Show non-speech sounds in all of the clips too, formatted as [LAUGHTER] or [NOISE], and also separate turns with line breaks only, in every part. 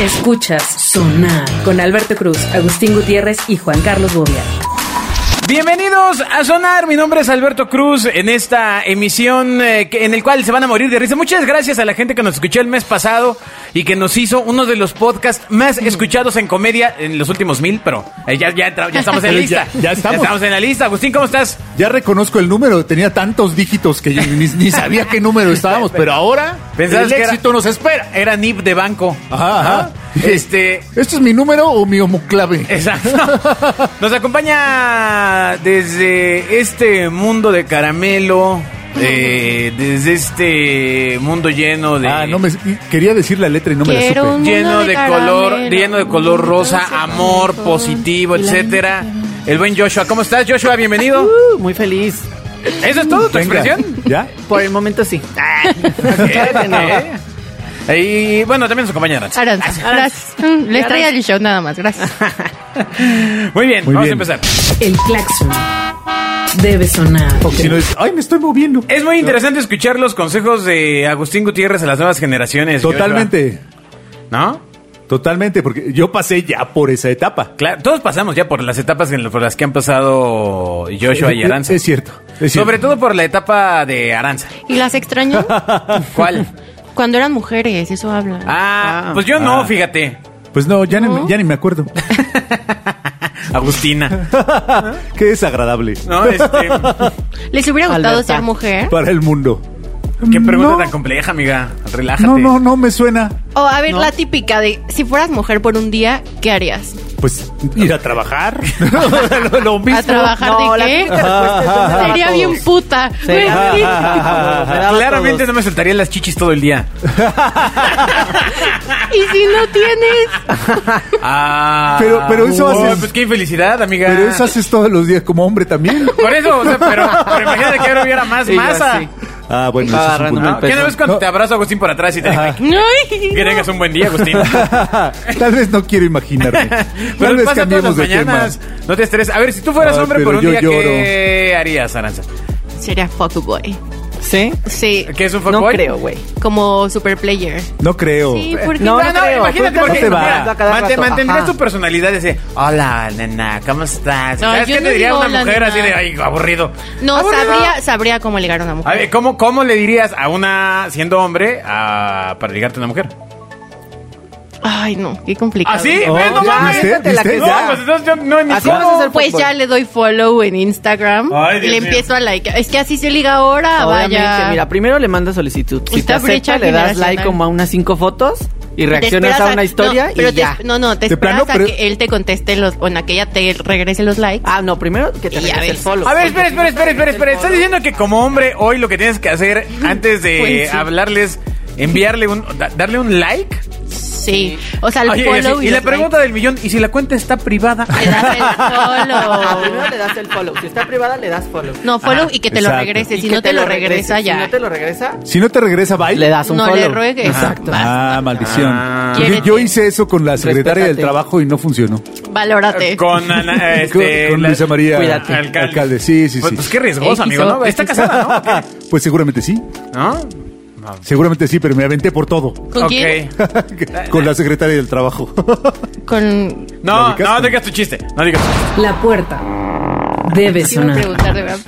Escuchas Sonar con Alberto Cruz, Agustín Gutiérrez y Juan Carlos Bobia.
Bienvenidos a Sonar, mi nombre es Alberto Cruz en esta emisión eh, que- en el cual se van a morir de risa. Muchas gracias a la gente que nos escuchó el mes pasado y que nos hizo uno de los podcasts más escuchados en comedia en los últimos mil, pero eh, ya, ya tra- ya estamos en la
[LAUGHS] Ya-
lista.
ya estamos.
en la lista. Agustín, ¿cómo estás?
Ya reconozco el número, tenía tantos dígitos que yo ni, ni sabía
[LAUGHS]
qué número estábamos, pero ahora
Pensabas
el
que era-
éxito nos espera.
Era NIP de banco.
Ajá, ajá.
Este...
¿Esto es mi número o mi homuclave? [LAUGHS]
Exacto. Nos acompaña desde este mundo de caramelo, eh, desde este mundo lleno de
Ah, no me quería decir la letra y no me la
Quiero
supe.
un-
lleno
Mundo de
de color,
caramelo,
lleno de color
mundo
rosa,
de
amor
corazón,
positivo,
y la
etcétera.
gente.
El buen Joshua, ¿cómo estás, Joshua? Bienvenido.
Uh, muy feliz.
¿Eso es todo tu
Venga, [LAUGHS]
expresión?
¿Ya?
Por el momento sí.
Claro que no. Y ¿eh? bueno, también nos acompaña Aranza.
[LAUGHS] Aranza, gracias. Mm, Les traía el show nada más, gracias.
Muy bien,
Muy
vamos
bien.
a empezar.
El claxon debe sonar.
Si no es, ay, me estoy moviendo.
Es muy interesante escuchar los consejos de Agustín Gutiérrez a las nuevas generaciones. Joshua.
Totalmente,
¿No?
totalmente, porque yo pasé ya por esa etapa.
Claro, todos pasamos ya por las etapas en- por las que han pasado Joshua y Aranza.
Eh, Es cierto, es cierto.
Sobre todo por la etapa de Aranza.
[LAUGHS] ¿Y las extraño?
[LAUGHS]
¿Cuál?
Cuando eran mujeres, eso habla.
Ah,
Ah.
pues yo no,
Ah.
fíjate.
Pues no, ya,
¿No?
Ni, ya ni me acuerdo.
Agustina.
Qué desagradable
No, este,
¿Les hubiera gustado
Alberta.
ser mujer?
para el mundo. [LAUGHS]
qué pregunta
No,
tan compleja, amiga. Relájate.
No, no, no me suena.
O a ver, la típica de si fueras mujer por un día, ¿qué harías?
Pues ir a trabajar.
[LAUGHS]
lo, lo mismo.
¿A trabajar
No,
de
la
qué?
típica respuesta es donde se
Sería
va
bien
todos.
puta.
Sí.
Güey,
[LAUGHS]
Ajá,
sí.
ajá, ajá, ajá. Ah, Me daba
Ah, Claramente
todos.
no me soltaría las chichis todo el
[LAUGHS]
día.
Y si no
[LAUGHS]
tienes.
Ah.
Pero- pero eso
Uy,
haces-
Pues qué infelicidad, amiga.
Pero eso haces todos los días como hombre también.
Por eso, o sea,
[LAUGHS]
pero, pero imagínate que ahora hubiera más
Sí, yo
masa.
sí.
Ah, bueno, eso es un
Agarrándome
punto.
¿Qué no ves cuando
No.
te abrazo Agustín por atrás y te digo
Ay,
que tengas un buen día,
[LAUGHS]
Agustín?
ah, Tal vez no
[LAUGHS]
quiero imaginarme.
Pero
Tal vez
pasa todas las
cambiemos de tema.
mañanas. No te estreses. A ver, si tú fueras
Ay,
hombre
pero
por un
yo
día, ¿qué
lloro.
harías, Aranza?
Sería fuckboy.
¿Sí?
Sí,
¿Qué es un
No
fuckboy?
creo, güey.
como super player.
No creo.
Sí, porque
No,
Oh. No,
no
no,
creo.
imagínate
Tú te
porque
vas
mira,
enamorando a cada
mante-
rato.
mantendrías
Ajá.
tu personalidad y decir, hola, nena, ¿cómo estás?
No,
¿Sabes
yo
qué
no
te diría
digo
una
hola,
mujer
nena.
así de, ay, aburrido?
Ah, No,
Aburrido.
sabría, sabría cómo ligar a una mujer.
A ver, ¿cómo, ¿cómo le dirías a una, siendo hombre, a- para ligarte a una mujer?
Ay, no, qué complicado.
¿Ah, sí?
Oh,
¿Ves? no
ya,
mames.
¿viste?
Te la
¿Viste?
que
No,
Ya.
pues entonces yo no, ni
Así
cómo.
vas a hacer
Pues
fútbol.
ya le doy follow en Instagram.
Ay, Dios
le
mío.
empiezo a like. Es que así se liga ahora,
Obviamente,
vaya.
mira, primero le mandas solicitud. Si
Está
te acepta,
brecha
le das
generacional.
like como a unas cinco fotos y
Te
reaccionas
esperas
a una historia
no,
y
pero te-
ya.
no, no, te
De plano,
esperas a
pero-
que él te conteste los, bueno, que ella te regrese los likes.
Ah, no, primero que te
Y ya
regrese el
ves.
follow.
A ver, espera, espera, espera, espera, espera. Estás diciendo que como hombre hoy lo que tienes que hacer antes de
Pues sí.
hablarles, enviarle un, da- darle un like.
sí. O sea, el
Oye, y así,
follow
y,
y,
la
los
pregunta del millón, ¿y si la cuenta está privada?
likes. Te das
[LAUGHS]
el
Primero le
follow.
das el follow. Si está privada, le das follow.
No, follow
Ah,
y que te lo
exacto.
regrese.
Y
Si
que
no te, lo regresa,
Si
ya.
no te lo regresa,
Si no te regresa, bye.
le das un
No
follow.
le ruegues.
Exacto.
Ah, maldición.
Ah.
Porque yo
Quiérete.
hice eso con la secretaria del
Respétate.
trabajo y no funcionó.
[LAUGHS]
Valórate.
Con, Ana- este,
Con- con
la-
Luisa María
Cuídate.
alcalde. Sí, sí,
Pues,
sí.
pues qué riesgoso, amigo, ¿no?
XO.
Está casada, ¿no?
[LAUGHS]
¿O qué?
Pues seguramente sí.
¿No?
Seguramente sí, pero me aventé por todo. [LAUGHS]
¿Con
Ok.
quién?
con la secretaria del trabajo. [LAUGHS]
Con.
¿La
No,
ubicas?
no, no digas tu chiste. No digas tu chiste.
La puerta debe
Te iba a
sonar.
preguntar, de verdad,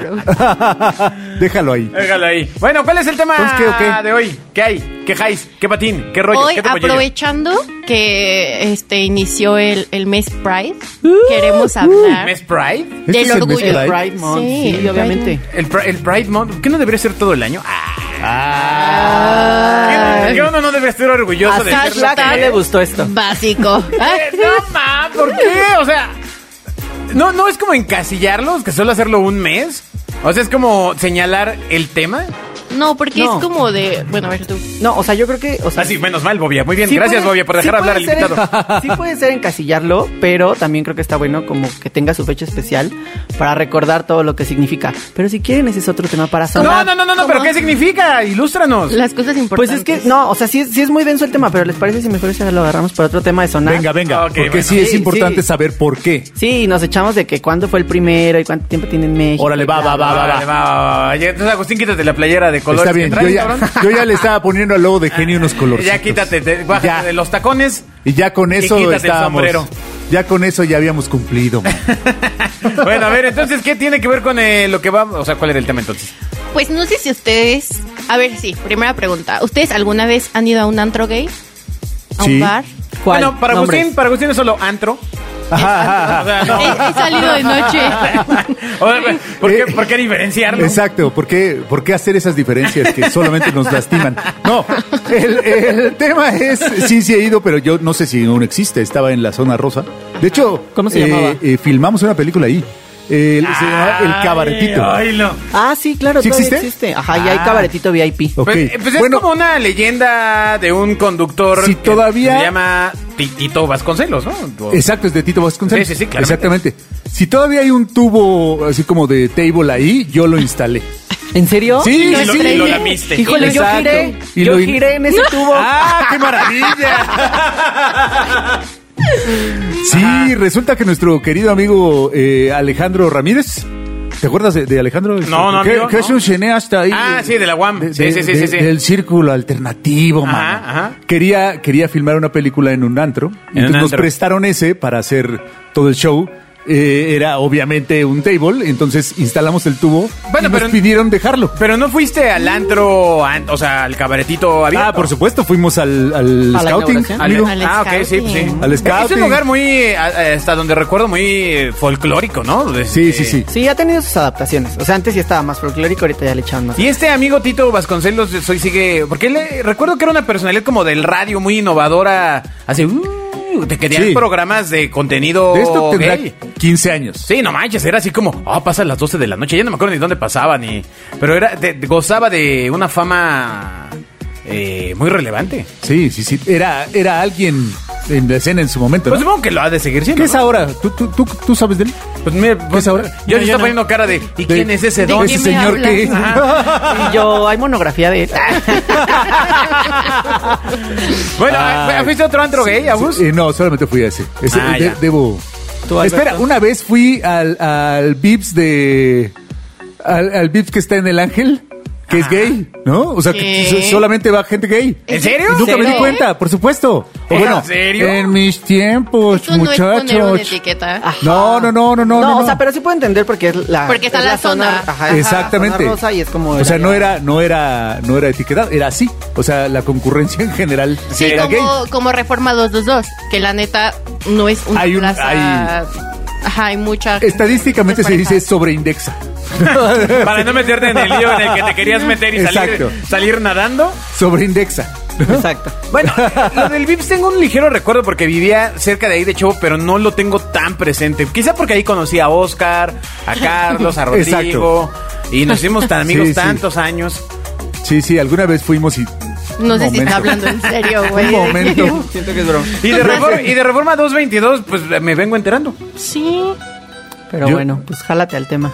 pero-
Déjalo ahí.
Déjalo ahí. Bueno, ¿cuál es el tema
Entonces, ¿qué, o qué?
de hoy? ¿Qué hay? ¿Qué jais? ¿Qué patín? ¿Qué rollo?
Hoy,
¿Qué topollillo?
aprovechando que este inició el, el mes Pride,
Uh,
queremos hablar
¿Mes Pride?
¿Este
del
es el mes
orgullo.
Pride?
Pride Month.
Sí,
Sí,
Pride
obviamente.
¿El, Pri- el Pride Month? ¿Qué no debería ser todo el año? Ah. ¿Qué- ¿Qué uno no debería estar orgulloso de
Hasta
ser lo que
Hashtag,
hashtag.
¿qué
es?
le gustó esto?
[LAUGHS]
básico. Ah,
Eh, No, ma, ¿por qué? O sea, no, no es como encasillarlos, que solo hacerlo un mes. O sea, es como señalar el tema.
No, porque
No.
es como de. Bueno, a ver tú.
No, o sea, yo creo que... O
Ah,
sea,
Así, Ah, menos mal, Bobia. Muy [LAUGHS] bien,
Sí
gracias,
puede-
Bobia, por
sí
dejar hablar al
puede ser
invitado.
en- sí puede ser encasillarlo, pero también creo que está bueno como que tenga su fecha especial para recordar todo lo que significa. Pero si quieren, ese es otro tema para
No,
sonar.
no, no, no, no, pero ¿qué significa? Ilústranos.
Las cosas
Pues
importantes.
es que, no, o sea, sí, es- sí es muy denso el tema, pero ¿les parece si mejor ya lo agarramos para otro tema de sonar?
Venga, venga.
Ok,
porque
bueno.
sí es
Sí,
importante
sí.
saber por qué.
Sí, nos echamos de que cuándo fue el primero y cuánto tiempo tiene en México.
Órale, va, va, va, va,
Vale,
va.
va, va, va. Ya, Entonces, Agustín, quítate la playera de colores
Está
que
bien. [LAUGHS]
[LAUGHS] traes,
Yo ya,
cabrón. [LAUGHS]
yo ya le estaba poniendo al logo de genio unos colores.
Ya quítate, te- bájate
Ya.
de los tacones.
Y ya con eso
quítate el
estábamos.
sombrero.
Ya con eso ya habíamos
[LAUGHS]
cumplido. man.
Bueno, a ver, entonces, ¿qué tiene que ver con eh, lo que va? O sea, ¿cuál era el tema entonces?
Pues no sé si ustedes. A ver, sí, primera pregunta. ¿Ustedes alguna vez han ido a un antro gay? ¿A un
Sí.
bar?
¿Cuál?
Bueno, para
Nombres.
Agustín, para Agustín es solo antro.
Ajá,
O
ajá, ajá.
sea, no.
He, he salido de noche.
[LAUGHS] O sea, pues, ¿por, qué, ¿Por qué diferenciarlo?
Exacto, ¿por qué, por qué hacer esas diferencias que solamente nos lastiman? No, el, el tema es, sí, sí he ido, pero yo no sé si aún existe, estaba en la zona rosa. De hecho,
¿Cómo se
eh,
llamaba?
eh, filmamos una película ahí, El- se llamaba El
Ay,
Cabaretito.
Ay, no.
Ah, sí, claro,
¿Sí
todavía
existe?
existe. Ajá, y hay
Ah.
cabaretito VIP.
Ok,
Pues, eh, pues es
bueno,
como una leyenda de un conductor
Si
que
todavía-
se llama Titito Vasconcelos, ¿no? O-
Exacto, es de Tito Vasconcelos.
Sí, sí, sí, claramente.
Exactamente. Si todavía hay un tubo así como de table ahí, yo lo instalé.
¿En serio?
Sí,
y lo,
sí.
y lo lamiste.
Híjole, yo
Exacto.
giré.
Y
yo
lo-
giré
[LAUGHS]
en ese tubo.
¡Ah, qué
[LAUGHS]
maravilla! sí, resulta que nuestro querido amigo eh, Alejandro Ramírez. ¿Te acuerdas de, de Alejandro? Este,
No, no,
Que,
amigo,
que
no.
es un cineasta ahí.
Ah, sí, de la UAM. Sí, sí, sí, sí, sí.
Del círculo alternativo,
Ajá,
mano.
ajá.
Quería, quería filmar una película en un antro.
En
entonces
un
nos
antro.
prestaron ese para hacer todo el show. Eh, era obviamente un table, entonces instalamos el tubo
Bueno,
y nos
pero-
pidieron dejarlo.
Pero no fuiste al antro, an- o sea, al cabaretito abierto.
Ah, por supuesto, fuimos al, al
¿A la
scouting.
inauguración?
Al-
amigo.
Al
ah, ok, sí,
scouting.
sí.
Al
Es un
scouting.
lugar muy, eh, a- hasta donde recuerdo, muy eh, folclórico, ¿no? De- este
Sí, sí, sí.
Sí, ha tenido sus adaptaciones. O sea, antes ya estaba más folclórico, ahorita ya le echaban más.
Y este amigo Tito Vasconcelos, soy sigue. Porque él, eh, recuerdo que era una personalidad como del radio, muy innovadora. Así, uh, te querían
Sí.
programas de contenido.
De esto tendrá
gay.
15 años.
Sí, no manches, era así como, ah, pasa a las 12 de la noche, ya no me acuerdo ni dónde pasaba, ni... Pero era, de- de- gozaba de una fama eh, muy relevante.
Sí, sí, sí. Era, era alguien en la escena en su momento. ¿no?
Pues supongo que lo ha de seguir siendo.
¿Qué es
¿no?
ahora? ¿Tú, tú, tú, tú sabes de él?
Pues mira, pues,
es ahora?
Yo
No,
le
ya
estoy
no.
poniendo cara de, ¿y
De-
quién es ese don?
¿Ese
quién me
señor
[LAUGHS]
que
hablas?
Y yo, hay monografía de él.
Bueno, ¿fu- ¿fuiste a otro antro gay, Abus?
[LAUGHS] Sí, eh, no, solamente fui a ese. Ese, eh,
Ah,
de-
ya.
debo.
Tú, Alberto.
Espera, una vez fui al, al Vips de. Al, al Vips que está en El Ángel, que es gay, ¿no? O sea, que
¿Qué?
so- solamente va gente gay.
¿En serio?
Nunca me di
¿Serio?
cuenta, por supuesto. O
¿En
bueno,
serio?
en mis tiempos,
Eso no es poner una
Pues, muchachos. Ah,
etiqueta.
Ajá.
No, no, no, no, no, no,
o sea,
no.
pero sí puedo entender porque es la.
Porque está
es
la zona.
ajá, es la
Exactamente.
zona rosa y es como.
o sea, no era, no era, no era etiquetado, era así. O sea, la concurrencia en general
Sí,
era gay.
como, como Reforma 222, que la neta no es una
Hay un-
plaza...
hay-
Ajá, hay mucha...
Estadísticamente se
despareja.
dice sobreindexa.
Para no meterte en el lío en el que te querías meter y salir,
Exacto.
salir nadando.
Sobreindexa.
[LAUGHS] Exacto.
Bueno, lo del Vips tengo un ligero recuerdo porque vivía cerca de ahí de Chavo, pero no lo tengo tan presente. Quizá porque ahí conocí a Oscar, a Carlos, a Rodrigo. Y nos hicimos tan amigos
Sí, sí.
tantos años.
Sí, sí, alguna vez fuimos y.
No sé si
Momento.
está hablando en serio, güey.
Un momento.
Siento que es broma.
Y de, Reforma, y de Reforma 222, pues me vengo enterando.
Sí.
Pero
Yo-
bueno, pues jálate al tema.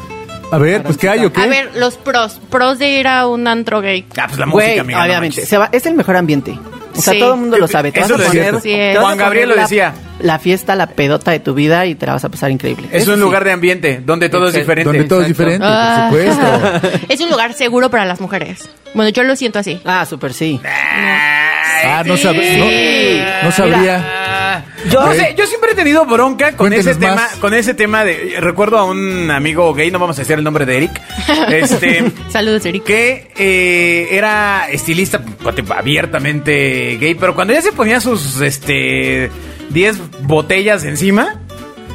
A ver, pues qué hay o qué.
A ver, los pros. Pros de ir a un antro gay.
Ah, pues la
Güey,
música, amiga, no
obviamente.
manches.
se va- es el mejor ambiente. O sea,
Sí.
todo el mundo lo sabe. Te
Eso
vas a
lo
poner,
decía.
Sí es.
te vas a
Juan Gabriel lo
poner la-
decía.
La fiesta, la pedota de tu vida y te la vas a pasar increíble.
Es
Eso
un
sí.
lugar de ambiente donde todo es
Exacto.
diferente.
Donde todo es
Exacto.
diferente,
Ah.
por
[LAUGHS]
supuesto.
Es un lugar seguro para las mujeres. Bueno, yo lo siento así.
Ah, súper sí.
Ah, no, sab- Ah, no, no sabría.
Yo, no sé, yo siempre he tenido bronca con
Cuéntenos
ese tema,
más.
con ese tema de recuerdo a un amigo gay, no vamos a decir el nombre de [LAUGHS] Eric, este
Saludos, Eric.
que eh, era estilista cuate, abiertamente gay, pero cuando ya se ponía sus este 10 botellas encima,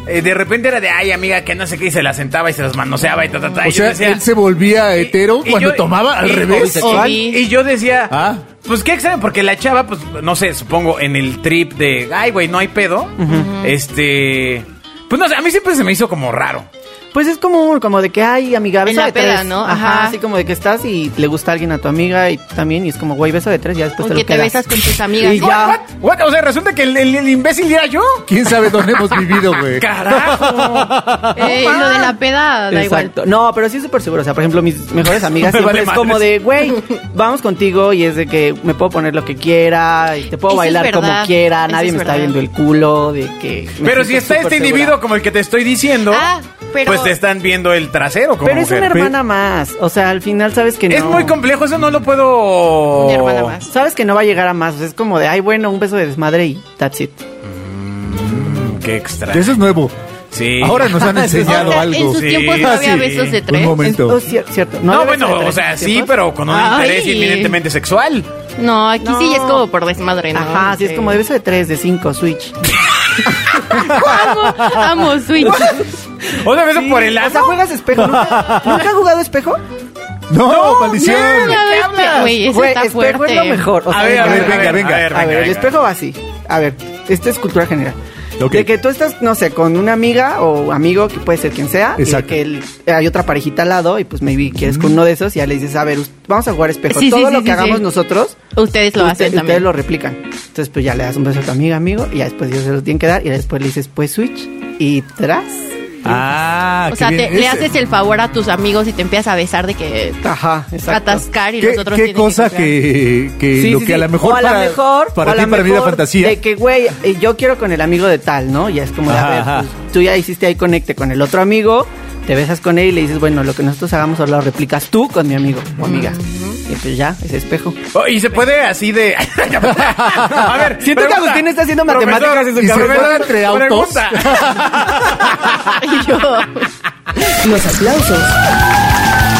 eh, de repente era de ay amiga que no sé qué y se las sentaba y se las manoseaba y ta ta ta. y
O
yo
sea,
decía-
él se volvía
y-
hetero
y
cuando
yo-
tomaba al
y-
revés.
y-
Homosexual.
Y yo decía,
Ah.
pues qué extraño, porque la chava, pues no sé, supongo en el trip de, ay, güey, no hay pedo. Este, pues no sé, a mí siempre se me hizo como raro.
Pues es como, como de que, ay, amiga, beso
En la
de
peda,
tres.
¿no?
Ajá.
Ajá.
Así como de que estás y le gusta alguien a tu amiga y tú también. Y es como, güey, beso de tres, ya después
O
Pues te lo
que te
quedas.
besas con tus amigas.
Y ya.
What, what, what? O sea, resulta que el, el- el imbécil era yo.
¿Quién sabe dónde hemos vivido,
[LAUGHS]
güey?
[LAUGHS]
Carajo.
Eh, lo de la peda, da
Exacto. No, pero sí es súper seguro. O sea, por ejemplo, mis
[LAUGHS]
mejores amigas
Me
siempre
vale
es como
madres.
de,
[LAUGHS]
güey, vamos contigo y es de que me puedo poner lo que quiera, y te puedo
Eso es
bailar como
verdad.
quiera,
Eso
nadie
es
me está
verdad.
viendo el culo, de que. me
Pero
siento
si está
súper
este
segura.
individuo como el que te estoy diciendo,
Ah, pero-
pues te están viendo el trasero como
Pero es una
mujer.
hermana más. O sea, al final sabes que no.
Es muy complejo, eso no lo puedo.
Una hermana más.
Sabes que no va a llegar a más. O sea, es como de, ay, bueno, un beso de desmadre y that's it.
Qué extra.
Eso es nuevo.
Sí.
Ahora nos han enseñado
[LAUGHS] O sea,
algo.
En sus
Sí,
tiempos no había
sí.
besos de
Un
tres.
Un momento.
Es- oh, cier- cierto.
No,
había beso
bueno,
de
o
tres
sea,
en
sí,
tiempos.
pero con un
Ay.
interés inminentemente sexual.
No, aquí sí
No.
es como por desmadre, ¿no?
Ajá, sí, es como de beso de tres, de cinco, Switch.
[LAUGHS] Amo, amo Switch.
O sea, beso
Sí,
por el
O sea,
ano.
juegas espejo.
[LAUGHS]
¿Nunca, ¿nunca has jugado espejo?
No, maldición.
Una vez,
hablas?
güey, eso
Güey,
está
espejo es lo
fuerte.
mejor. O
A
sea,
ver, a
venga,
ver, venga,
venga,
venga.
venga.
A ver, el espejo va así. A ver, esto es cultura general.
Ok.
De que tú estás, no sé, con una amiga o amigo, que puede ser quien sea,
Exacto.
y de que el- hay otra parejita al lado, y pues maybe quieres con uno de esos, y ya le dices, a ver, us- vamos a jugar espejo.
Sí, sí,
Todo
sí,
lo
sí,
que hagamos
sí.
nosotros,
Ustedes lo hacen
usted- ustedes
también.
lo replican. Entonces, pues ya le das un beso a tu amiga, amigo, y ya después ellos se lo tienen que dar, y después le dices, pues switch, y tras.
Ah,
o
qué
sea,
bien.
te- le
Ese-
haces el favor a tus amigos y te empiezas a besar de que
Ajá, exacto.
atascar y
¿Qué,
nosotros
qué
tienen
cosa
cuidar.
que, que
Sí,
lo
sí,
que a
sí.
lo mejor
O a
para,
lo mejor, o
para
a
ti
lo
para mí era
mejor
fantasía.
De que, güey, eh, yo quiero con el amigo de tal, ¿no? Ya es como, de, a
Ajá,
ver,
ajá.
pues, tú ya hiciste ahí conecte con el otro amigo, te besas con él y le dices, bueno, lo que nosotros hagamos ahora lo replicas tú con mi amigo o amiga. Y pues ya, ese espejo.
Oh, y se puede así de. [LAUGHS] a ver,
Siento que Agustín está haciendo matemáticas en su
Y se
cabeza.
fueron entre autos.
[LAUGHS]
pregunta.
Y yo,
Los aplausos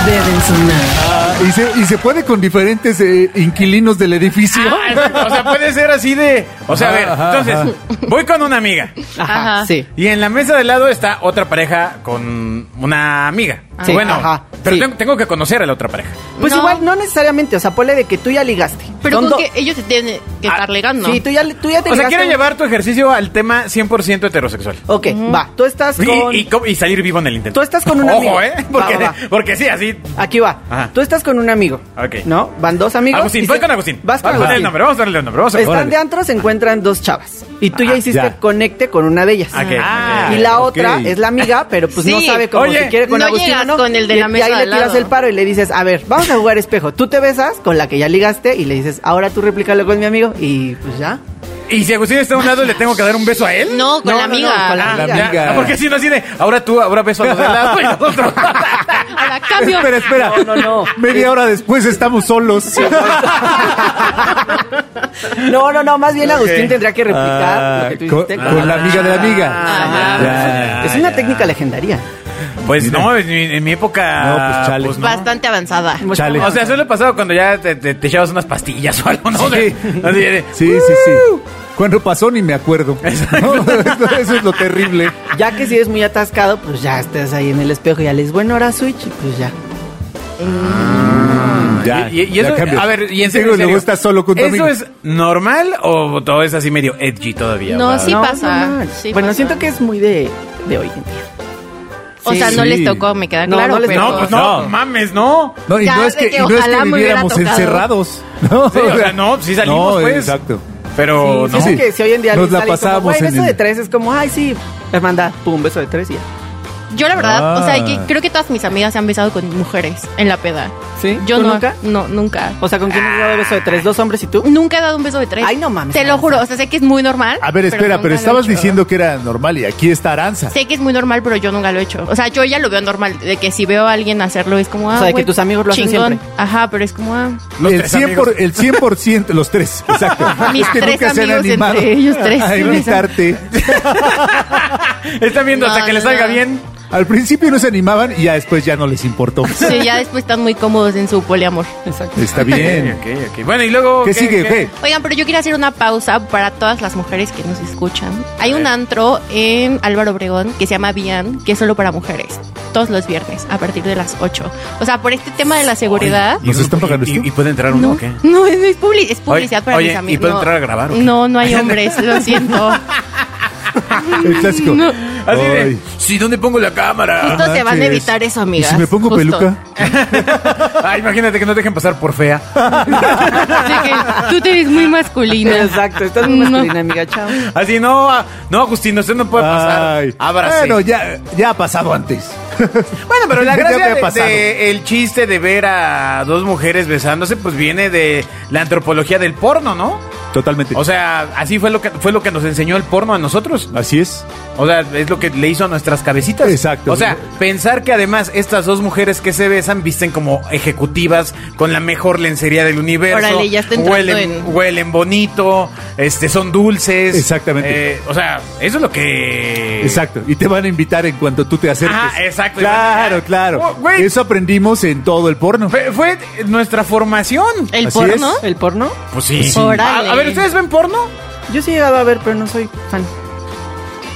deben sonar.
Y se, y se puede con diferentes eh, inquilinos del edificio.
Ah, exacto, o sea, puede ser así de. O sea, a ver,
Ajá,
entonces,
ajá.
voy con una amiga.
Ajá,
Ajá.
sí.
Y en la mesa de lado está otra pareja con una amiga.
Ah, Sí,
bueno,
ajá,
pero
sí.
tengo, tengo que conocer a la otra pareja.
Pues
No.
igual, no necesariamente, o sea, ponle de que tú ya ligaste.
pero con
Son do-
que ellos se tienen que
Ah,
estar legando.
Sí, tú ya, tú ya te
O sea,
ligaste
quiero
un-
llevar tu ejercicio al tema 100% heterosexual.
Ok, va, tú estás
Y-
con...
Y, co- y salir vivo en el intento.
Tú estás con un
Ojo,
amigo.
¿eh? [LAUGHS] Porque,
Va, va, va.
porque sí, así.
Aquí va.
Ajá.
Tú estás con un amigo.
Ok.
¿No? Van dos amigos.
Agustín,
y
voy
se-
con Agustín.
Vas con
vamos a ponerle
Agustín.
el nombre, vamos a ponerle el nombre. Vamos a
Están
Órale.
de antro, se encuentran dos chavas. Y tú ya
Ah,
hiciste
ya.
conecte con una de ellas.
Ok, ok,
Y
ok,
la
ok.
otra es la amiga, pero pues no
Ah. Sí.
sabe cómo
Oye,
si quiere con
no
Agustín
llegas
o no.
con el de la
Y-
mesa
Y
de
ahí
al
le tiras
lado.
el paro y le dices, a ver, vamos a jugar espejo. Tú te besas con la que ya ligaste y le dices, ahora tú replícalo con mi amigo. Y pues ya.
Y si Agustín está a un lado, ¿le tengo que dar un beso a él?
No, con
No,
la
no, no,
amiga.
con la
Ah,
amiga.
ya.
amiga.
Ah, porque si no, así de. Ahora tú, ahora beso a los de lado y nosotros.
Ah,
Ahora cambio.
Espera, espera.
No, no, no.
Media hora después estamos solos.
No, no, no, más bien Agustín
Ok.
tendría que replicar
Ah,
lo que tú
con,
hiciste.
con la amiga de la amiga.
Ah,
Ya.
Es una técnica legendaria.
[LAUGHS] Pues no, en mi, en mi época.
No, pues, chale.
no.
Bastante avanzada.
Chale.
O sea, eso le pasaba cuando ya te, te- te echabas unas pastillas o algo, ¿no? O sea,
Sí.
así de-
Sí, sí, sí. Cuando pasó ni me acuerdo. No, eso- [LAUGHS] eso es lo terrible.
Ya que si es muy atascado, pues ya estás ahí en el espejo y ya le dices, bueno, ahora switch, y pues ya.
Ya,
y, y- y
ya
eso,
cambio.
a ver, y en
Tengo
serio, en
luego
serio,
estás solo con tu
¿Eso
amigo.
es normal o todo es así medio edgy todavía?
No,
¿verdad?
sí. pasa,
no, no.
sí
bueno,
pasa.
siento que es muy de, de hoy en día.
O sea,
Sí.
no les tocó, me queda
No,
claro.
no les-
pero...
No, pues no,
No.
mames, no.
No, y
Ya,
no es
de
que,
que
y no es
ojalá
que
me hubiera
viviéramos
tocado.
encerrados. No,
Sí, o sea, no, sí salimos, pues.
Exacto.
Pero
Sí,
no.
siento que si hoy en día
Oh, Nos
les
la
sale como,
pasábamos
"Güey,
en
beso
el-
de tres es como, ay, sí, hermandad, pum, beso de tres y ya.
Yo la verdad, o sea,
Ah.
que creo que todas mis amigas se han besado con mujeres en la peda.
¿Sí?
Yo
¿Tú
no,
nunca?
No, nunca.
O sea, ¿con quién has dado beso de tres? ¿Dos hombres y tú? mm.
Nunca he dado un beso de tres.
Ay, no mames,
Te lo
Aranza.
juro, o sea, sé que es muy normal.
A ver, espera, pero,
nunca lo he
estabas
hecho.
diciendo que era normal y aquí está Aranza.
Sé que es muy normal, pero yo nunca lo he hecho. O sea, yo ya lo veo normal, de que si veo a alguien hacerlo es como, ah,
O sea, de que
güey,
tus amigos lo hacen
chingón.
siempre.
Ajá, pero es como,
[LAUGHS]
ah,
Los
el,
tres
100 por-
amigos.
el 100%, los
[LAUGHS]
tres, exacto.
Mis
es que
tres
nunca se han
amigos
animado
entre ellos tres.
a invitarte.
Está viendo hasta
No,
que les
no,
salga
no.
bien.
Al principio no se animaban y ya después ya no les importó.
sí, ya después están muy cómodos en su poliamor.
Exacto.
Está bien.
Ok, ok, ok. Bueno, y luego.
¿Qué sigue? ¿Qué?
Oigan, pero yo quiero hacer una pausa para todas las mujeres que nos escuchan. Hay un antro en Álvaro Obregón que se llama Bian, que es solo para mujeres. Todos los viernes, a partir de las 8. O sea, por este tema de la seguridad.
Ay, ¿Nos están pagando
y,
esto?
y puede entrar uno
No,
o qué?
no, es, es publi- es publicidad
Oye,
para
oye,
mis
¿y
amigos.
puedo
no.
entrar a grabar o qué? [LAUGHS]
No, no hay hombres, lo siento.
El clásico.
No.
Así de,
Ay.
sí, ¿dónde pongo la cámara?
[LAUGHS]
Justo se van a
manches.
evitar eso,
¿Y
amigas.
si me pongo
Justo.
peluca?
Ah, imagínate que no dejen pasar por fea.
Así que tú te eres muy masculina.
Exacto, estás muy
No.
masculina, amiga, chao.
Así, no, ah, no, Agustín, usted no puede pasar.
Ay.
Ábrase.
Bueno, ya, ya ha pasado antes.
Bueno, pero la
[LAUGHS] Ya me
gracia
ha
de-
pasado.
de el chiste de ver a dos mujeres besándose, pues viene de la antropología del porno, ¿no?
Totalmente.
O sea, así fue lo que fue lo que nos enseñó el porno a nosotros.
Así es.
O sea, es lo que le hizo a nuestras cabecitas.
Exacto.
O sea, pensar que además estas dos mujeres que se besan visten como ejecutivas con la mejor lencería del universo.
Órale, ya está entrando
huelen,
en-
huelen bonito, este, son dulces.
Exactamente.
Eh, o sea, eso es lo que.
Exacto. Y te van a invitar en cuanto tú te acerques.
Ajá, exacto.
Claro, claro.
Oh, güey.
Eso aprendimos en todo el porno.
Fue, fue nuestra formación.
¿El
Así
porno?
es.
¿El porno?
Pues sí.
Sí.
Eh, Órale.
A, a ver, ¿ustedes ven porno?
Yo sí llegaba a ver, pero no soy fan.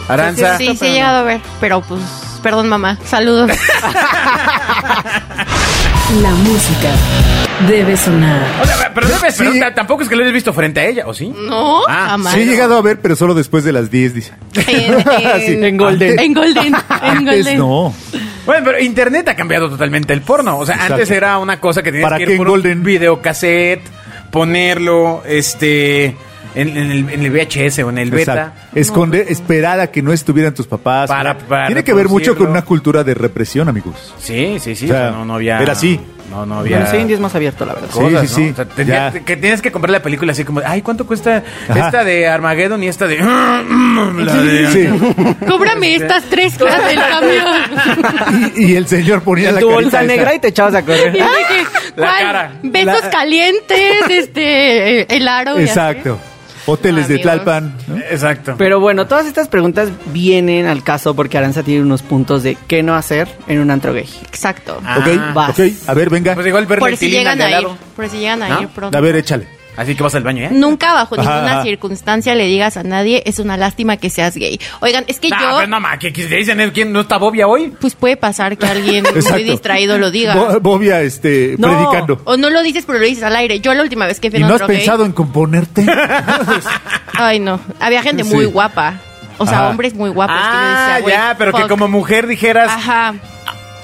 Aranza.
Sí, sí he llegado a ver, pero pues, perdón mamá,
[LAUGHS]
saludos.
La música debe sonar.
O sea, pero, debe-
Sí.
pero t- tampoco es que lo hayas visto frente a ella, ¿o sí?
No,
Ah,
jamás.
Sí he llegado a ver, pero solo después de las 10, dice.
En, en-
Sí.
[LAUGHS]
En Golden.
en Golden. En
Antes
Golden.
no.
Bueno, pero internet ha cambiado totalmente el porno. O sea,
Exacto.
antes era una cosa que tenías
¿Para
que
qué
ir por
en
un
Golden?
videocassette, ponerlo, este, en, en el, en el VHS o en el beta.
Exacto. Esconder, esperar a que no estuvieran tus papás.
Para- para
Tiene que ver mucho con
reproducirlo.
una cultura de represión, amigos.
Sí, sí, sí.
O sea,
o sea, no, no había.
era así.
No, no había.
Bueno, soy indie es más abierto, la verdad.
Oh, Sí,
cosas,
sí,
¿no?
sí.
O sea, tenía-
Ya.
que tienes que comprar la película así como, ay, ¿cuánto cuesta
Ajá.
esta de Armageddon y esta
[LAUGHS]
de... la de-
Sí.
Cóbrame estas tres cosas
[LAUGHS]
del camión.
Y, y el señor ponía
En
la
tu
carita
bolsa
esta.
negra y te echabas a
Y
correr.
de que,
La
¿cuál?
cara.
Besos
La-
calientes, este, eh, el aro. y así.
Exacto. Hoteles de
Amigos.
Tlalpan. ¿no?
Exacto.
Pero bueno, todas estas preguntas vienen al caso porque Aranza tiene unos puntos de qué no hacer en un antro gay.
Exacto.
Ah,
ok,
vas.
ok. A ver, venga.
Pues igual
por
verle
si
tilín al
llegan
de al
a ir.
lado.
Por si llegan a
¿No?
ir pronto.
A ver, échale.
Así que vas al baño, ¿eh?
Nunca bajo
Ajá,
ninguna
ajá.
circunstancia le digas a nadie, es una lástima que seas gay. Oigan, es que
No,
yo,
pero pues no, ma, que, que le dicen, ¿quién no está bobia hoy?
pues puede pasar
[LAUGHS]
que alguien muy
Exacto.
distraído lo diga.
Bo- Bobia, este,
No.
predicando.
O no lo dices, pero lo dices al aire. Yo la última vez que fui
¿Y
a un
no has
antro gay-
pensado
[LAUGHS]
en componerte?
Ay, no. Había gente muy
Sí.
guapa. O sea,
Ajá.
hombres muy guapos. que yo
ah,
decía, güey,
ya, pero que
fuck.
como mujer dijeras...
Ajá.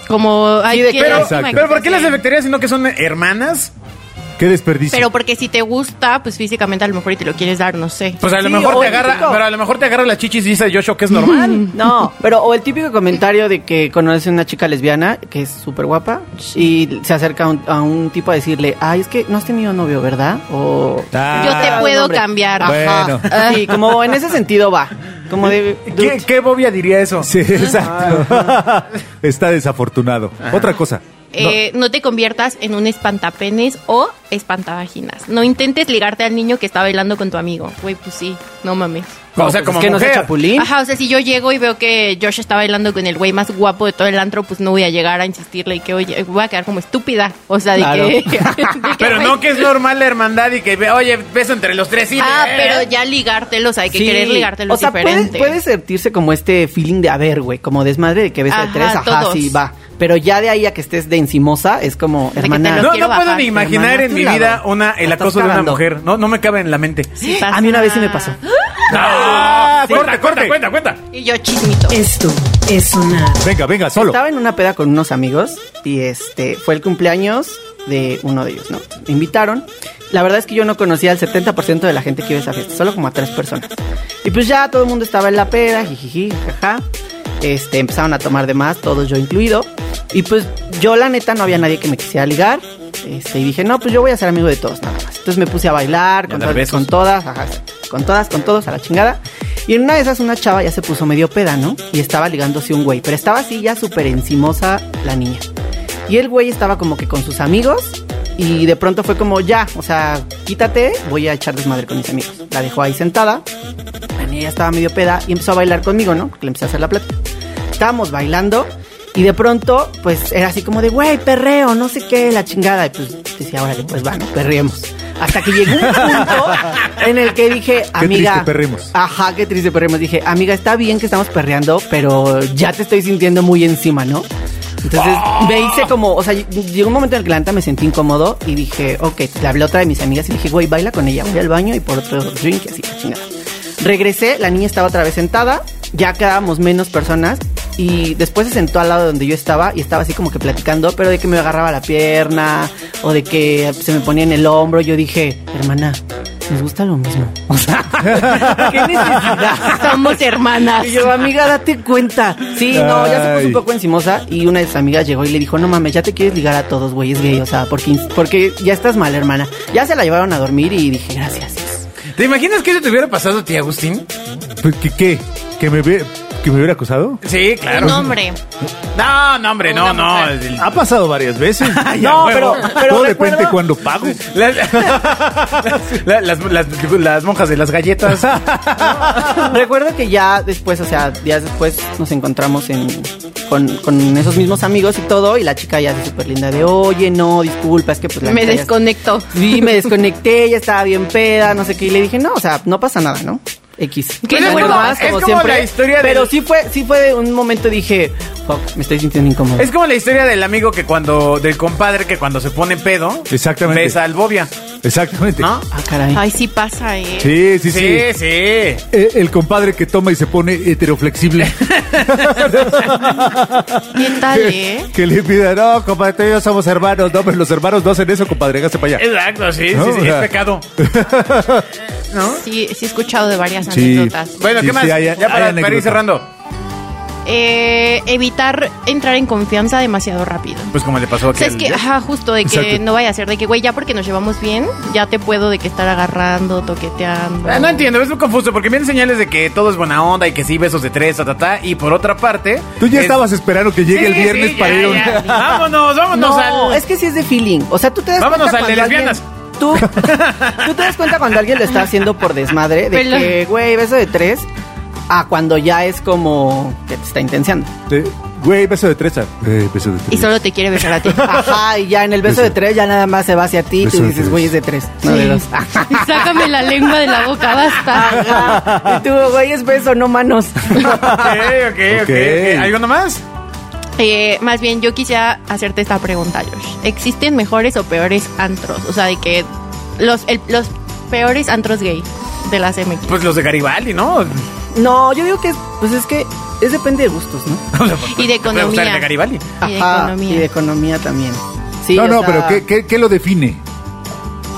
Como... Ay,
de
qué
que-
Pero,
lástima que
pero ¿por qué
seas
las
gay.
afectaría si no que son hermanas?
Qué desperdicio.
Pero porque si te gusta, pues físicamente a lo mejor y te lo quieres dar, no sé.
Pues a lo
Sí,
mejor
o
te
el
agarra,
típico.
pero a lo mejor te agarra la chichis y dice Joshua que es
[LAUGHS] Mm.
normal.
No, pero o el típico comentario de que conoce una chica lesbiana que es súper guapa y se acerca a un, a un tipo a decirle, ay, es que no has tenido novio, ¿verdad? O
Ah.
Yo te puedo
Hombre.
cambiar.
Bueno.
Ajá.
Sí, como en ese sentido va. Como de...
¿Qué,
dude.
qué bobia diría eso? [LAUGHS]
Sí, [LAUGHS] exacto. Está desafortunado. Otra cosa.
Eh, no. te conviertas en un espantapenes o espantavaginas. No intentes ligarte al niño que está bailando con tu amigo. Güey, pues sí, no mames.
No,
o sea,
pues
como
es que no sea
mujer.
chapulín.
Ajá, o sea, si yo llego y veo que Josh está bailando con el güey más guapo de todo el antro, pues no voy a llegar a insistirle y que, oye, voy a quedar como estúpida. O sea, de
Claro.
que... [LAUGHS] de que,
Pero
Ah, güey,
no que es normal la hermandad y que, ve- oye, beso entre los tres y...
Ah, pero ya ligártelo, o sea, hay que
Sí.
querer ligártelo
O sea,
es diferente.
Puede, puede sentirse como este feeling de haber, güey, como desmadre de que ves a
Ajá,
tres, ajá,
todos.
sí, va. Pero ya de ahí a que estés de encimosa es como,
que
hermana.
te lo
No,
quiero
no puedo
bajar,
ni imaginar
hermana,
en
tú
mi
la
vida
vas.
una,
La
el
estás
acoso de una
cagando.
mujer. No, no me cabe en la mente.
Sí pasa.
A mí una vez sí me pasó.
¡Ah!
Sí.
Corta, corta,
Corte.
cuenta, cuenta.
Y yo chismito.
Esto es sonar.
Venga, venga, solo.
Estaba en una peda con unos amigos y este fue el cumpleaños de uno de ellos, ¿no? Me invitaron. La verdad es que yo no conocía al 70% de la gente que iba a esa fiesta, solo como a tres personas. Y pues ya todo el mundo estaba en la peda, jijiji, jaja. Este, empezaron a tomar de más, todos yo incluido. Y pues yo la neta no había nadie que me quisiera ligar. Este, y dije, no, pues yo voy a ser amigo de todos, nada más. Entonces me puse a
Y
bailar,
a
con,
dar
todas-
besos.
con todas, ajá, con todas, con todos, a la chingada. Y en una de esas, una chava ya se puso medio peda, ¿no? Y estaba ligándose un güey, pero estaba así ya súper encimosa la niña. Y el güey estaba como que con sus amigos y de pronto fue como, ya, o sea, quítate, voy a echar desmadre con mis amigos. La dejó ahí sentada, la niña ya estaba medio peda y empezó a bailar conmigo, ¿no? Porque le empecé a hacer la plata. Estábamos bailando y de pronto, pues era así como de, güey, perreo, no sé qué, la chingada. Y pues decía, órale, pues va, ¿no? perreemos. Hasta que llegó un punto en el que dije, amiga.
triste perremos.
Ajá, qué triste perremos. Dije, amiga, está bien que estamos perreando, pero ya te estoy sintiendo muy encima, ¿no? Entonces me hice como, o sea, ll- llegó un momento en el que la neta me sentí incómodo y dije, ok, le hablé a otra de mis amigas y le dije, güey, baila con ella, voy al baño y por otro drink y así, la chingada. Regresé, la niña estaba otra vez sentada, ya quedábamos menos personas y después se sentó al lado donde yo estaba y estaba así como que platicando, pero de que me agarraba la pierna o de que se me ponía en el hombro. Yo dije, hermana, nos gusta lo mismo. O sea, ¿qué
[LAUGHS]
necesidad?
Somos hermanas.
Y yo, amiga, date cuenta. Sí, no, ya se puso
Ay.
un poco encimosa y una de sus amigas llegó y le dijo, no mames, ya te quieres ligar a todos, güey, es gay, o sea, porque, porque ya estás mal, hermana. Ya se la llevaron a dormir y dije, gracias.
¿Te imaginas que eso te hubiera pasado a ti, Agustín?
Pues, ¿Qué? qué? ¿Que, me ve- ¿Que me hubiera acusado?
Sí, claro.
Un hombre.
No, no, hombre, no,
Una
no.
mujer. Ah,
El-
Ha pasado varias [LAUGHS] veces.
No,
huevo.
pero-
pero
Todo
recuerdo-
depende cuando pago.
Las, [LAUGHS] la- las, las- las monjas de las galletas.
Recuerdo que ya después, o sea, días después nos encontramos en, con, con esos mismos amigos y todo, y la chica ya súper linda de, oye, no, disculpa, es que pues la
Me
neta ya-
desconectó.
Sí, me desconecté, ya estaba bien peda, no sé qué, y le dije, no, o sea, no pasa nada, ¿no? X.
Que
Y
no es
bueno,
como-
más,
es como la historia
Pero
del-
sí fue, sí fue de un momento dije, fuck, me estoy sintiendo incómodo.
Es como la historia del amigo que cuando, del compadre que cuando se pone pedo,
Exactamente.
besa al bobia,
Exactamente.
¿no?
Ah, caray.
[LAUGHS] Ay, sí pasa, eh.
Sí, sí, sí.
Sí, sí.
Eh, El compadre que toma y se pone
[LAUGHS]
heteroflexible.
¿Qué tal, eh?
[LAUGHS] Que le pida, no, compadre, tú y yo somos hermanos. No, pero los hermanos no hacen eso, compadre, hágase para allá.
Exacto, sí,
No,
sí, sí,
o sea.
es
[LAUGHS]
pecado.
Sí, sí he escuchado de varias
Sí.
anécdotas.
Bueno,
Sí,
¿qué
sí,
más?
hay-
ya
hay
para, para ir
anécdota.
cerrando.
Eh, evitar entrar en confianza demasiado rápido.
Pues como le pasó
O
aquí.
sea, es que, ajá, justo de que
Exacto.
no vaya a ser de que, güey, ya porque nos llevamos bien, ya te puedo de que estar agarrando, toqueteando.
Ah, no entiendo, es muy confuso porque vienen señales de que todo es buena onda y que sí, besos de tres, ta, ta, ta, y por otra parte...
Tú ya
es-
estabas esperando que llegue
Sí,
el viernes
sí,
para
ya,
ir a un- [LAUGHS]
ya. Vámonos, vámonos
No,
al...
es que sí es de feeling. O sea, tú te das
Vámonos al
cuenta
de
cuando
lesbianas.
alguien- Tú, [LAUGHS] tú te das cuenta cuando alguien lo está haciendo por desmadre, de
Pero-
que, güey, beso de tres, a cuando ya es como que te
[LAUGHS]
está intenciando.
Eh, Güey, beso de tres. ah. Eh, beso de tres.
Y solo te quiere besar a ti.
Ajá, y ya en el beso de tres ya nada más se va hacia ti y
Beso
tú
de
dices,
tres.
güey, es de tres, [LAUGHS] no de dos. Ah. Ajá.
[LAUGHS] Sácame la lengua de la boca,
Ah,
basta.
Y tú, güey, es beso, no manos.
Ok, ok, ok, ok. ¿Algo más?
Eh, más bien, yo quisiera hacerte esta pregunta, Josh. ¿Existen mejores o peores antros? O sea, de que los, el- los peores antros gay de las MX.
Pues los de Garibaldi, ¿no?
[LAUGHS]
[LAUGHS]
No, yo digo que es, pues es que es depende de gustos, ¿no?
y de
Puede gustar pues, el de
economía.
Garibaldi.
Y de
Ajá,
economía.
Y de economía también. Sí,
no,
o
no,
sea,
pero ¿qué, qué, qué lo define?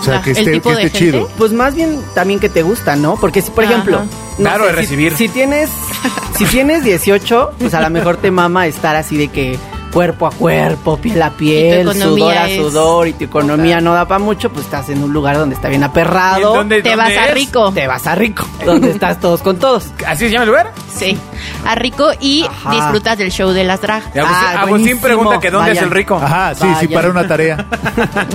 O sea,
Ah,
que
¿el
esté,
tipo
que
de
esté
gente?
chido.
Pues más bien también que te gusta, ¿no? Porque si, por
Ajá.
ejemplo, no
Claro, de
si-
recibir.
Si, tienes, si tienes 18, pues a lo mejor te mama estar así de que cuerpo a cuerpo, piel a piel,
economía
sudor a
es-
sudor y tu economía no da para mucho, pues estás en un lugar donde está bien
¿Y
aperrado,
dónde-
Te vas
dónde
a
es?
rico.
te vas a rico, donde estás todos con todos.
¿Así se llama el lugar?
Sí. A rico y
Ajá.
disfrutas del show de las drag.
Y Agustín,
Ah,
Agustín
buenísimo.
pregunta que dónde es
Vayan.
el rico.
Ajá, sí, sí,
Vaya.
para una
[LAUGHS]
tarea.
[LAUGHS]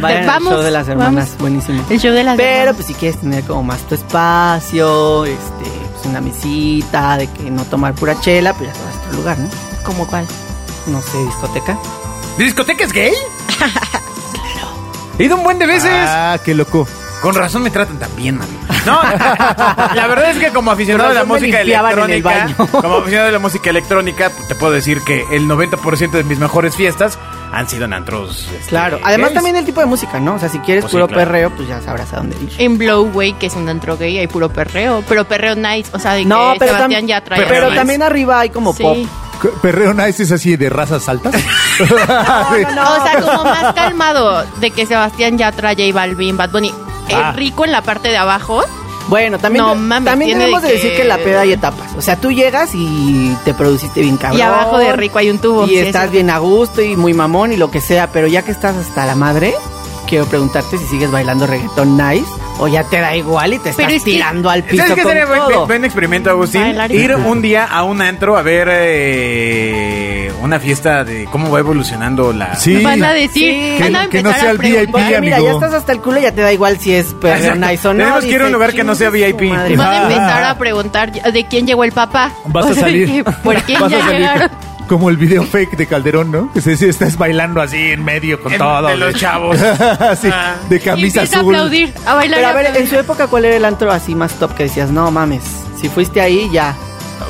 Vayan al show de las hermanas, buenísimo.
El show de las
Pero
hermanas.
pues si quieres tener como más tu espacio, este, pues una mesita, de que no tomar pura chela, pues ya te vas a tu lugar, ¿no?
¿Como cuál?
No sé, discoteca.
¿Discoteca es
[LAUGHS]
gay? He ido un buen de veces.
Ah, qué loco.
Con razón me tratan tan bien, mami.
[LAUGHS]
No, la verdad es que como aficionado de la
Con razón me
música
limpiaban en el
electrónica, [LAUGHS]
baño.
como aficionado de la música electrónica, te puedo decir que el 90% de mis mejores fiestas han sido en antros. este,
Claro. Además
gays.
también el tipo de música, ¿no? O sea, si quieres
Pues sí,
puro
claro.
perreo, pues ya sabrás a dónde ir.
En Blowway, que es un antro gay, hay puro perreo. Pero perreo nice. O sea, de
No,
que
pero, tam-
Sebastián ya trae.
pero, también arriba hay como
Sí.
pop.
C- ¿Perreo nice es así de razas altas?
[LAUGHS]
Ah,
O sea, como más calmado de que Sebastián ya trae J Balvin, Bad Bunny.
Ah.
El rico en la parte de abajo.
[LAUGHS] Bueno, también,
No mames,
también
tiene
tenemos de
que-
decir que en la peda hay etapas. O sea, tú llegas y te produciste bien cabrón.
Y abajo de rico hay un tubo.
Y
Sí,
estás
sí.
bien a gusto y muy mamón y lo que sea, pero ya que estás hasta la madre, quiero preguntarte si sigues bailando reggaetón nice o ya te da igual y te estás
Pero es que-
tirando al piso
¿Sabes qué
con
sería buen,
todo.
buen experimento, Agustín?
Bailar.
Ir un día a un antro a ver eh, una fiesta de cómo va evolucionando la...
Sí.
Van a decir.
Sí.
van a
Que- que no
empezar
sea
a
el VIP,
preguntar.
Porque mira, ya
amigo.
estás hasta el culo y ya te da igual si es perreo
Exacto.
nice o no.
Tenemos que ir a un
dices,
lugar que no sea
"Chingue su
VIP".
madre.
Van a
Ah.
empezar a preguntar de quién llegó el papá.
Vas
O [LAUGHS]
a
sea,
salir.
que, ¿Por quién
Vas
ya
a salir
llegaron?
Como el video fake de Calderón, ¿no? Que se dice, estás bailando así en medio con
En-
todo.
de los
[LAUGHS] güey.
chavos.
Sí,
Ah.
de camisa
y empieza
azul.
a aplaudir, a bailar.
Pero a
y
ver, en
aplaudir.
su época, ¿cuál era el antro así más top que decías? No mames, si fuiste ahí, ya.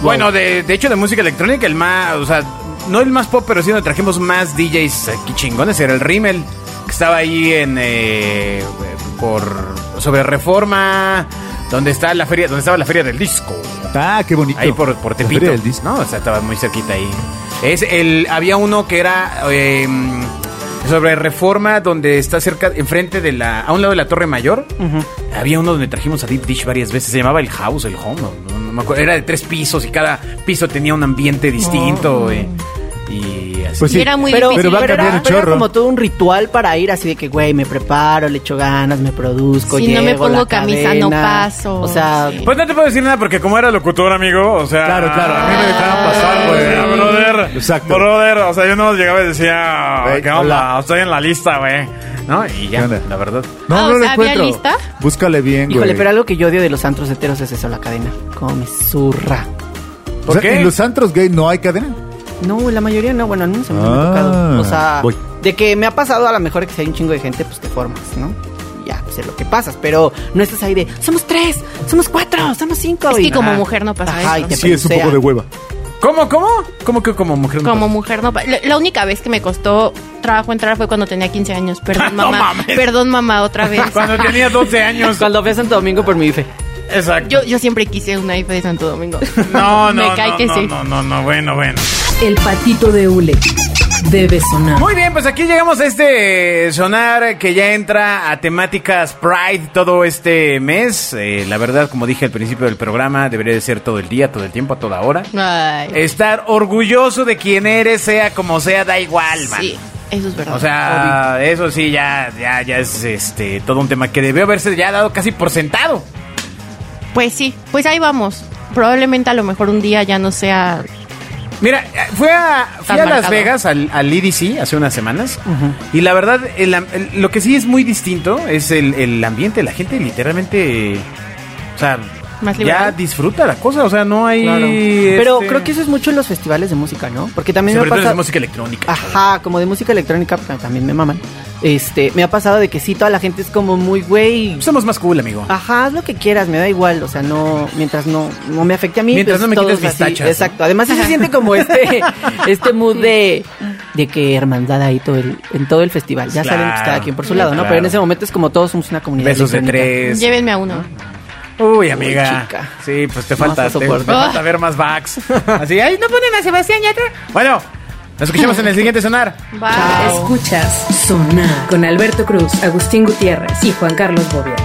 Bueno, de, de hecho, de música electrónica, el más. O sea, no el más pop, pero sí donde trajimos más DJs aquí chingones. Era el Rimmel, que estaba ahí en. eh, por. sobre Reforma, donde está la feria, donde estaba la feria del disco.
Ah, qué bonito.
Ahí por, por
La
Tepito.
feria del disco.
No, o sea, estaba muy cerquita ahí. Es el, había uno que era. eh, sobre Reforma, donde está cerca, enfrente de la. a un lado de la Torre Mayor. Había uno donde trajimos a Deep Dish varias veces. Se llamaba el House, el Home. No, no me acuerdo. Era de tres pisos y cada piso tenía un ambiente distinto. eh, y días.
Oh. Pues sí,
Y era muy
pero,
difícil.
pero va a
pero
cambiar
era,
un
pero era
chorro.
como todo un ritual para ir así de que, güey, me preparo, le echo ganas, me produzco.
Si no me
llego,
pongo
la
camisa, no
cadena.
paso.
O sea,
Sí.
Pues no te puedo decir nada porque como era locutor, amigo, o sea...
Claro, claro, a mí me dejaban pasar, güey.
Ah, brother.
Exacto.
Brother, o sea, yo no llegaba y decía,
Güey,
¿qué onda?
hola.
Estoy en la lista, güey. ¿No? Y
¿Qué
ya,
onda?
la verdad.
No,
Ah, o
no lo
sea, ¿había
encuentro.
lista?
Búscale bien, güey.
híjole, pero algo que yo odio de los antros heteros es eso, la cadena. Como me zurra.
O sea,
¿Por qué?
¿En los antros gay no hay cadena?
No, la mayoría no, bueno, a mí no se me
Ah,
ha tocado. O sea,
voy.
de que me ha pasado a lo mejor que si hay un chingo de gente, pues te formas, ¿no? Y Ya, sé lo que pasas, pero no estás ahí de somos tres, somos cuatro, somos cinco.
Es
y-
que como
Ajá.
mujer no pasa
Ajá,
eso.
y te
Sí, es un poco
pensean.
de hueva.
¿Cómo, cómo? ¿Cómo que como mujer? no
Como
pasa?
mujer no... pa- La, la única vez que me costó trabajo entrar fue cuando tenía 15 años.
[LAUGHS]
Perdón,
No
mamá.
mames.
Perdón, mamá, otra vez.
Cuando tenía 12 años.
[LAUGHS] Cuando fui a Santo Domingo por mi bife.
Exacto.
Yo, yo siempre quise una IFE de Santo Domingo.
[LAUGHS] No, no,
Me cae
no,
que
no,
sí.
no, no, no, bueno, bueno.
El patito de hule debe sonar.
Muy bien, pues aquí llegamos a este sonar que ya entra a temáticas Pride todo este mes. Eh, la verdad, como dije al principio del programa, debería de ser todo el día, todo el tiempo, a toda hora.
Ay,
Estar orgulloso de quien eres, sea como sea, da igual, man.
sí, eso es verdad.
O sea, eso sí, ya, ya, ya es este todo un tema que debió haberse ya dado casi por sentado.
Pues sí, pues ahí vamos. Probablemente a lo mejor un día ya no sea...
Mira, eh, fui a, fui
Tan
a Las
marcado.
Vegas, al, al EDC, hace unas semanas. Y la verdad, el am- el- lo que sí es muy distinto es el, el ambiente. La gente literalmente. eh, O sea,
Más
ya
liberal.
disfruta la cosa. O sea, no hay.
Claro. Pero
este,
creo que eso es mucho en los festivales de música, ¿no? Porque también
Sobre
me
todo es
pasa...
música electrónica.
Ajá, como de música electrónica, porque también me maman. Este, me ha pasado de que sí, toda la gente es como muy, güey,
Somos más cool, amigo.
Ajá, haz lo que quieras, me da igual, o sea, no, mientras no, no me afecte a mí. pues,
Mientras no me
todos
quites mis
así,
tachas,
Exacto, además sí se siente
[LAUGHS]
como este, este mood de, de que hermandad ahí todo el, en todo el festival. Ya saben que
Claro,
cada quien por su lado, ¿no?
claro.
Pero en ese momento es como todos somos una comunidad.
Besos de
electrónica.
tres.
Llévenme a uno.
Uy, amiga.
chica.
Sí, pues te
No vas a
falta, te,
soportar.
te falta ver más backs.
[LAUGHS]
Así, ay, no ponen a Sebastián Yatra. Bueno, nos escuchamos en el siguiente sonar.
Bye.
Escuchas Sonar con Alberto Cruz, Agustín Gutiérrez y Juan Carlos Bobia.